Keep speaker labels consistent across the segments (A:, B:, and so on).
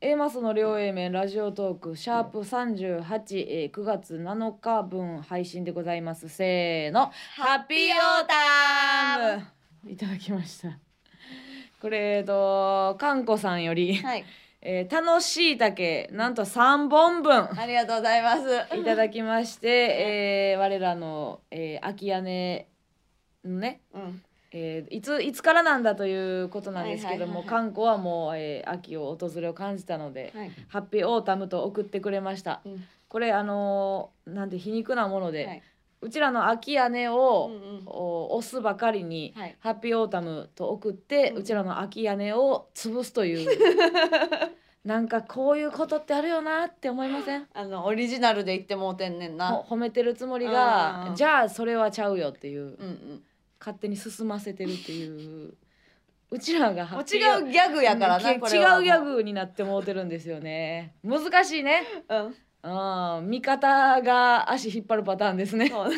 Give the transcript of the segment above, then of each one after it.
A: A マスの両 A 面ラジオトークシャープ38、えー、9月7日分配信でございますせーのハッピーオータイムいただきましたこれえっとかんこさんより、
B: はい、
A: えー、楽しいたけなんと3本分
B: ありがとうございます。
A: いただきまして、えー、我らの、えー、秋屋根のね
B: うん、
A: えーいついつからなんだということなんですけども、
B: はいはいはい
A: 観光はもう、えー秋を訪れを感じたので、
B: はい、
A: ハッピーオータムと送ってくれました。
B: うん
A: これあのーなんて皮肉なもので、
B: はい、
A: うちらの秋屋根
B: うん
A: を、
B: うん
A: お押すばかりに、
B: はい
A: ハッピーオータムと送って、
B: う
A: うん
B: うん
A: ちらの秋屋根を潰すと いう。なんかこういうことってあるよなって思いません。
B: あのオリジナルで言ってもうてんねんな
A: ほ。褒めてるつもり
B: うんうんう
A: が
B: ん
A: じゃあそれはちゃうよっていう
B: うんうん、
A: 勝手に進ませてるっていううちらがハ
B: もう
A: ッピーオー
B: 違うギャグやからな。
A: け
B: これは
A: 違うギャ。グになってもうてるんですよね難しいね
B: うん、
A: うん味方が足引っ張るパターンですね
B: そう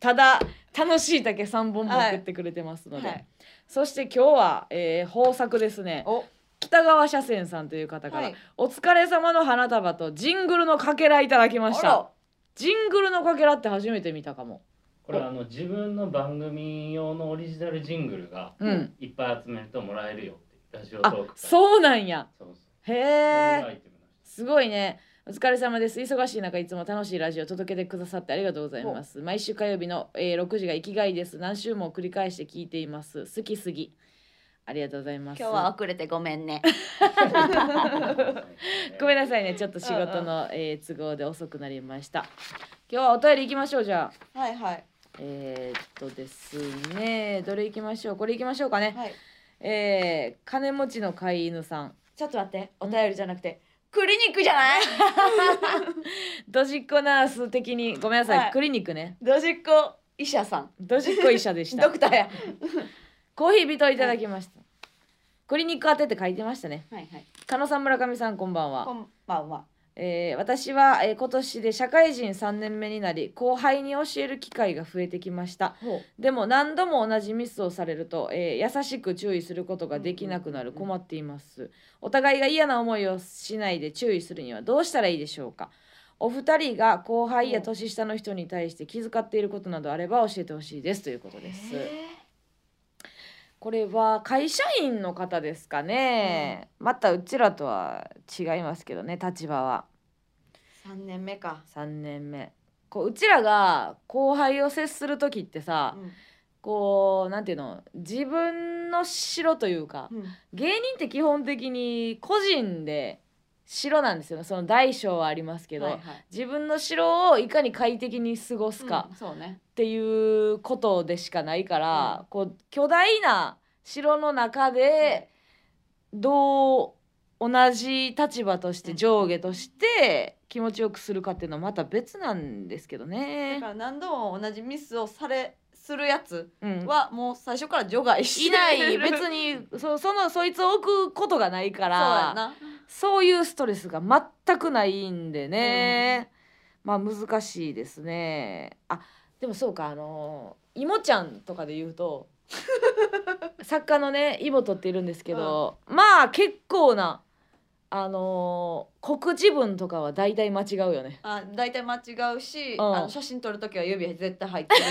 A: ただ楽しいだけ3本も送ってくれてますので、
B: はい
A: そして今日は、えー豊作ですね
B: お、
A: 北川車線さんという方から、
B: はい
A: お疲れ様の花束とジングルのかけらいただきまし
B: あ
A: た
B: ら
A: ジングルのかけらって初めて見たかも
C: これあの自分の番組用のオリジナルジングルが
A: うん
C: いっぱい集めるともらえるよっていうラジオト
A: あ
C: ークから
A: そうなんや
C: そうそう
A: へ
C: そ
A: え
C: ういうアイテムなんです
A: すごいね。お疲れ様です。忙しい中、いつも楽しいラジオを届けてくださってありがとうございます。毎週火曜日の、えー6時が生きがいです。何週も繰り返して聞いています。好きすぎ。ありがとうございま
B: 今
A: す。
B: 日は遅れてごめんね。
A: ごめんないさいね。ちょっと仕事の、えー都合で遅くなりました。今日はお便り行きましょう。じゃあ、
B: はいはい
A: えーっとですね。どれ行きましょう。これ行きましょうかね。
B: はい。
A: えー金持ちの飼い犬さん。
B: ちょっと待って、お便りじゃなくてクリニックじゃ ない？
A: ドジっ子ナース的に、ごめんなさい。
B: はい
A: クリニックね。
B: ドジっ子医者さん、
A: ドジっ子医者でした。
B: ドクターや。
A: コーヒー人いただきました。クリニック当てって書いてましたね。
B: はいはい。
A: 加野さん、村上さん、こんばん
B: こ
A: は。
B: んばんは。
A: えー私は、えー今年で社会人3年目になり、後輩に教える機会が増えてきました。
B: ほ
A: でも何度も同じミスをされると、えー優しく注意することができなくなる
B: うんうんうん
A: 困っています。お互いが嫌な思いをしないで注意するにはどうしたらいいでしょうかお二人が後輩や年下の人に対して気遣っていることなどあれば教えてほしいですということ
B: う。
A: です。
B: へ
A: これは会社員の方ですかね、またうちらとは違いますけどね立場は
B: ー三年目か。
A: 3年目こううちらが後輩を接する時ってさ、
B: う
A: こうなんていうの自分の城というか
B: んうん
A: 芸人って基本的に個人で城なんですよねその大小はありますけど、
B: はいはい
A: 自分の城をいかに快適に過ごすか
B: うんそうね。
A: っていうことでしかないから、こう巨大な城の中で、どう同じ立場として
B: うん
A: 上下として気持ちよくするかっていうのはまた別なんですけど
B: だ
A: ね
B: か。ら何度も同じミスをされするやつ
A: うん、
B: はもう最初から除外
A: い
B: して
A: ない別
B: に
A: にそ そのそいつを置くことがないか
B: そうや
A: ら
B: な
A: そういうストレスが全くないんでね、まあ難しいですね。あでもそうかあのいもちゃんとかで言う と作家のねイボとっているんですけど、まあ結構なあのー告知文とかは大体間違うよね。
B: あ大体間違うし、
A: うん
B: あの写真撮るときは指絶対入ってる し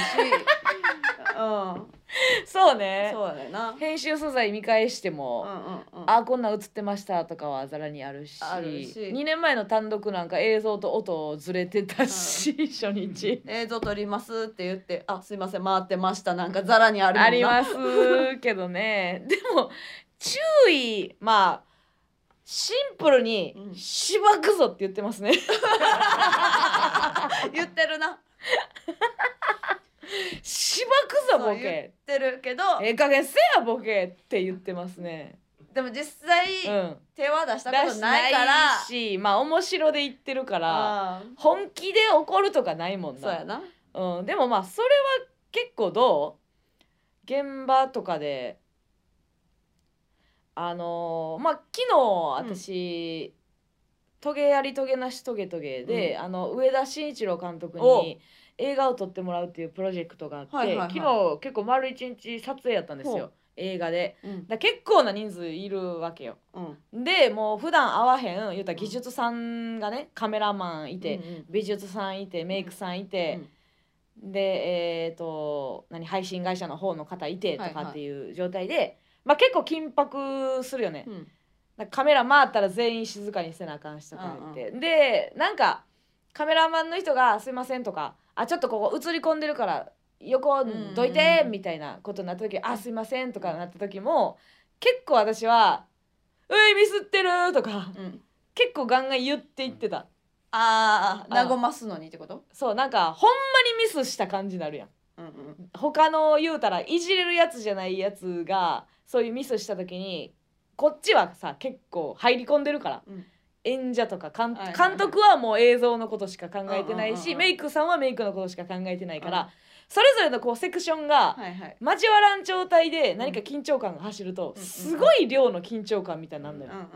B: うん
A: そうね
B: そうやな
A: 編集素材見返しても
B: う、んうんうん
A: あこんなん映ってましたとかはざらにあるし
B: あるし
A: 2年前の単独なんか映像と音ずれてたし、 初日。
B: 映像撮りますって言って「あすいません回ってました」なんかザラにあるもんな
A: ありますけどね でも注意まあシンプルに
B: う
A: 「
B: ん
A: しばくぞ」って言ってますね
B: 言ってるな
A: しばくぞボ
B: そう言っ
A: ケ
B: てるけど
A: ええ加減せやボケって言ってますね
B: でも実際、
A: うん
B: 手は出したことないから
A: 出してないしまあ面白で言ってるから
B: あ
A: 本気で怒るとかないもん
B: そうや
A: な
B: な
A: うん、でもまあそれは結構どう現場とかであのーまあ昨日私、トゲやりトゲなしトゲトゲで、
B: う
A: あの上田慎一郎監督
B: お
A: に映画を撮ってもらうっていうプロジェクトがあって、
B: はいはいはい
A: 昨日結構丸一日撮影やったんです
B: ほ
A: よ
B: う。
A: 映画で
B: うん
A: だ結構な人数いるわけよ
B: うん
A: でもう普段会わへん言うたら技術さんがねカメラマンいて、
B: うん
A: 美術さんいてメイクさんいて、でえっ、と何配信会社の方の方いてとかっていう状態で、まあ結構緊迫するよね、
B: うん
A: なんかカメラ回ったら全員静かにせなあかんしとか言って、でなんかカメラマンの人が「すいません」とか「あちょっとここ映り込んでるから横どいて
B: う」ん
A: みたいなことになった時「あすいません」とかなった時も結構私は「ういミスってる」とか
B: うん
A: 結構ガンガン言っていってた。
B: あ
A: あ
B: あ和ますのにってこと
A: そうなんかほんまにミスした感じになるやん
B: うんうん
A: 他の言うたらいじれるやつじゃないやつがそういうミスした時にこっちはさ結構入り込んでるから、
B: うん
A: 演者とか監,、
B: はいはいはい
A: 監督はもう映像のことしか考えてないし、
B: うんうんうんうん
A: メイクさんはメイクのことしか考えてないから、
B: うん
A: それぞれのこうセクションが
B: はいはい
A: 交わらん状態で何か緊張感が走ると、
B: うんうん
A: すごい量の緊張感みたいになるの
B: う
A: よ、
B: ん
A: っ
B: うん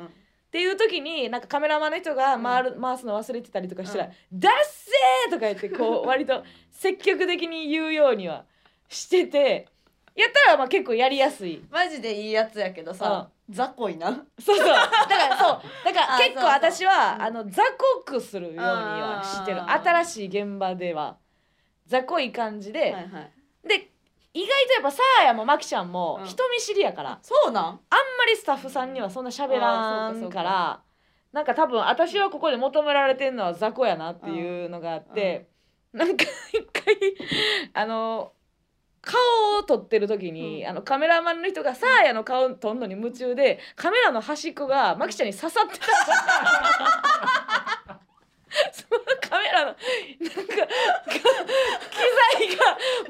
A: ていう時になんかカメラマンの人が回る、回すの忘れてたりとかしたら
B: う
A: 「ダッセー!」とか言ってこう割と積極的に言うようにはしててやったらまあ結構やりやすい
B: マジでいいやつやけどさ雑魚いな
A: そう そうだからそうだから
B: あ
A: 結構
B: そうそう
A: 私は
B: うん
A: あの雑魚くするようにはしてる
B: あー
A: 新しい現場では雑魚い感じで、
B: はいはい
A: で意外とやっぱサーヤもマキちゃんも
B: うん
A: 人見知りやから、あん
B: そうなん
A: まりスタッフさんにはそんな喋ら
B: あーそうんかそう
A: か
B: から
A: なんか多分私はここで求められてんのは雑魚やなっていうのがあって、なんか一回あの顔を撮ってる時に、
B: うん
A: あのカメラマンの人がサーヤの顔撮るのに夢中でカメラの端っこがマキちゃんに刺さってたそのカメラのなんか機材が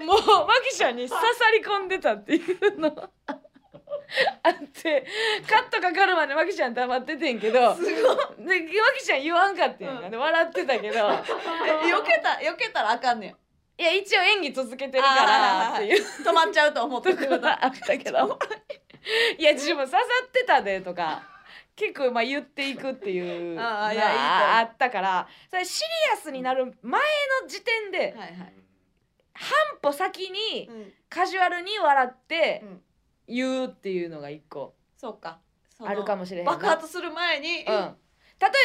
A: もうマキちゃんに刺さり込んでたっていうのあってカットかかるまでマキちゃん黙っててんけど
B: すごい
A: でマキちゃん言わんかってんやんかで笑ってたけど
B: え避けた避けたらあかんねん
A: いや一応演技続けてるからっていう
B: 止まっちゃうと思って
A: と
B: って
A: こ
B: こと
A: があったけどいや自分刺さってたでとか結構まあ言っていくっていうの
B: あ
A: が
B: あいやいいと思う
A: あったからそれシリアスになる前の時点で
B: はいはい
A: 一歩先に
B: うん
A: カジュアルに笑って
B: うん
A: 言うっていうのが一個
B: そうかその
A: あるかもしれへんな
B: 爆発する前に
A: うん、例え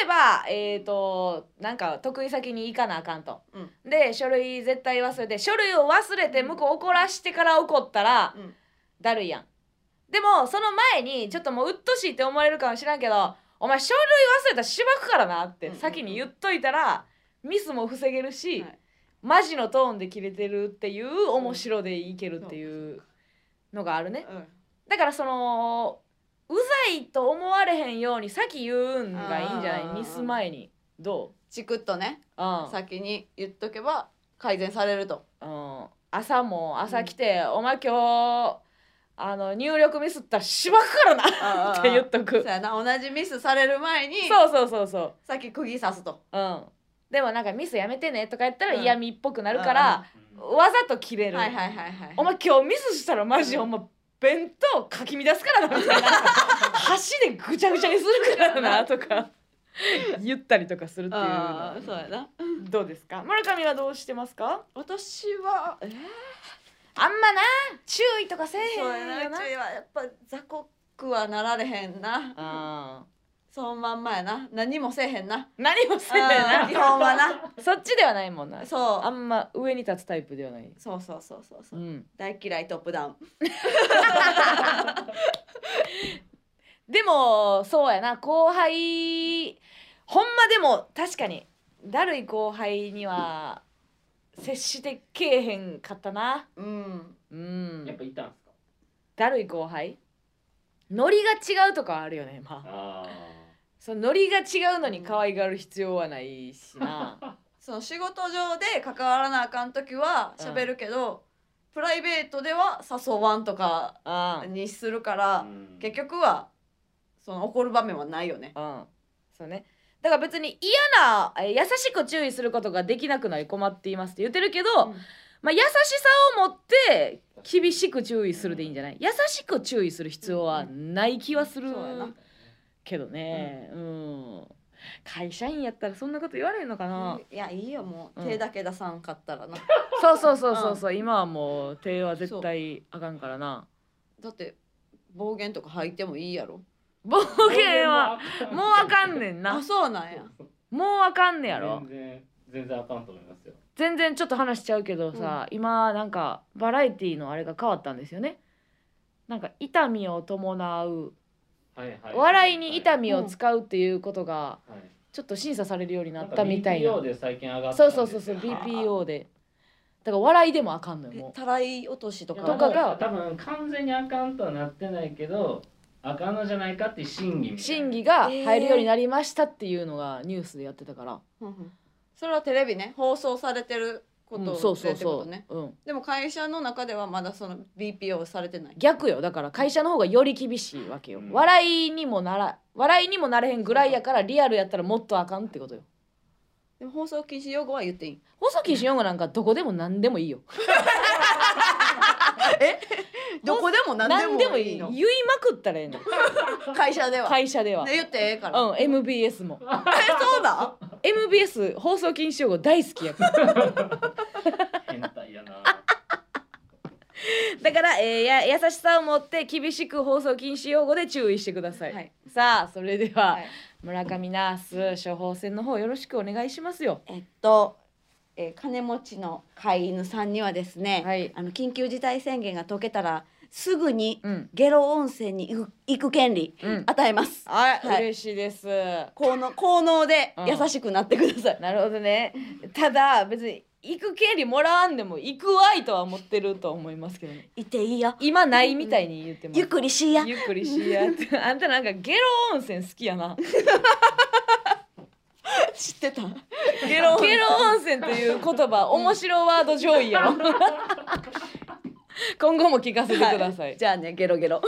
A: ばえっ、となんか得意先に行かなあかんと、
B: うん
A: で書類絶対忘れて書類を忘れて向こう怒らしてから怒ったら、
B: うん
A: だるいやんでもその前にちょっともう鬱陶しいって思われるかもしらんけどお前書類忘れたらしばくからなっ
B: う
A: て
B: んうんうん
A: 先に言っといたら、ミスも防げるし、
B: はい
A: マジのトーンで切れてるっていう面白でいけるっていうのがあるね。
B: うん
A: だからそのうざいと思われへんように先言うんがいいんじゃ
B: あ
A: な
B: ー
A: いミス前にど
B: チクッとね
A: う、うん
B: 先に言っとけば改善されると
A: うん、朝も朝来て「お前今日あの入力ミスったらしばくからな」
B: あー
A: って言っと
B: そう
A: く
B: やな同じミスされる前に
A: そうそうそうそ
B: 先釘刺すと
A: う、うん、でもなんか「ミスやめてね」とか言ったら
B: うん
A: 嫌味っぽくなるから、わざと切れる、
B: はいはいはいはい
A: お前今日ミスしたらマジほんま弁当かき乱すからなみ たいな箸でぐちゃぐちゃにするからなとか言ったりとかするっていう
B: あ
A: の
B: ーそうやな
A: どうですか村上はどうしてますか
B: 私はえー
A: あんまな注意とかせえへん
B: そうや
A: よ
B: な
A: な
B: うちはやっぱ雑魚くはなられへんな
A: あ
B: そのまんまやな何もせえへんな
A: ー何もせえへん
B: あー基本は な
A: なそっちではないもんな
B: そう
A: あんま上に立つタイプではない
B: そうそうそうそうそううん大嫌いトップダウン
A: でもそうやな後輩ほんまでも確かにだるい後輩には接してけえへんかったな
B: うん
A: う
C: やっ
A: ん
C: ぱいたんすか
A: だるい後輩ノリが違うとかはあるよねまあ
C: あ
A: そのノリが違うのに可愛がる必要はないしな
B: その仕事上で関わらなあかん時は喋るけど、プライベートでは誘わんとか
A: うん
B: にするか
C: あ
B: ら、結局はその怒る場面はないよね。
A: うんそうねだから別に嫌なえー優しく注意することができなくなり困っていますって言ってるけど、
B: うん
A: まあ、優しさを持って厳しく注意するでいいんじゃない優しく注意する必要はない気はする
B: そうやな
A: けどね、うん会社員やったらそんなこと言われへんのかな、
B: いやいいよもう、
A: うん
B: 手だけ出さんかったらな
A: そうそうそうそうそう今はもう手は絶対あかんからな
B: だって暴言とか吐いてもいいやろ
A: 暴言はもうあかんねん
B: あ
A: な
B: そうなんや
A: もうあかんね
C: ね
A: やろ
C: 全然全然あかんと思いますよ
A: 全然ちょっと話しちゃうけどさ、今なんかバラエティのあれが変わったんですよねなんか痛みを伴う
C: はいはいはい
A: 笑いに痛みを使うっていうことが
C: はい
A: ちょっと審査されるようにな
C: なん
A: っ
C: か
A: たみたいな
C: BPO で最近上がった
A: そ
C: ん
A: う
C: です
A: そ
C: よ
A: うそうそう
C: はあ
A: BPO でだから笑いでもあかんのよ
B: え
A: も
B: たらい落としとか
A: とかが
C: 多分完全にあかんとはなってないけどあかんのじゃないかっていう審
A: う
C: 議みたいな
A: 審議が入るようになりましたっていうのがニュースでやってたから、
B: うんうんそれはテレビね放送されてるこ
A: うん
B: と
A: そうそう
B: でってこ
A: そ
B: と
A: う、
B: ね
A: うん、
B: でも会社の中ではまだその BPO されてない
A: 逆よだから会社の方がより厳しいわけよ、
C: うん
A: 笑いにもなら笑いにもなれへんぐらいやからリアルやったらもっとあかんってことよ
B: でも放送禁止用語は言っていい
A: 細木慎吾なんかどこでも何でもいいよ
B: どこでも
A: 何
B: 何
A: で
B: で
A: も
B: も
A: い
B: い
A: い
B: い
A: の
B: の
A: 言いまくったらええの
B: 会社では、
A: 会社では
B: ね、言ってええから、
A: うん MBS も
B: え そうだ
A: MBS 放送禁止用語大好きやから
C: 変態やな
A: だから、えーや優しさを持って厳しく放送禁止用語で注意してください、
B: はい
A: さあそれでは、
B: はい
A: 村上ナース処方箋の方よろしくお願いしますよ
B: えっと、えー金持ちの飼い犬さんにはですね、
A: はい
B: あの緊急事態宣言が解けたらすぐに
A: うん
B: ゲロ温泉に行く行く権利
A: うん
B: 与えます、
A: はい、
B: はい
A: 嬉しいです
B: 効能効能で
A: うん
B: 優しくなってください、
A: なるほどねただ別に行く権利もらわんでも行くわいとは思ってるとは思いますけどね
B: いていいよ
A: 今ないみたいに言ってます、
B: ゆっくりしいや
A: ゆっくりしやって あんたなんかゲロ温泉好きやな
B: 知ってた
A: ゲロ温泉という言葉面白ワード 上位やわ今後も聞かせてください
B: じゃあねゲロゲロ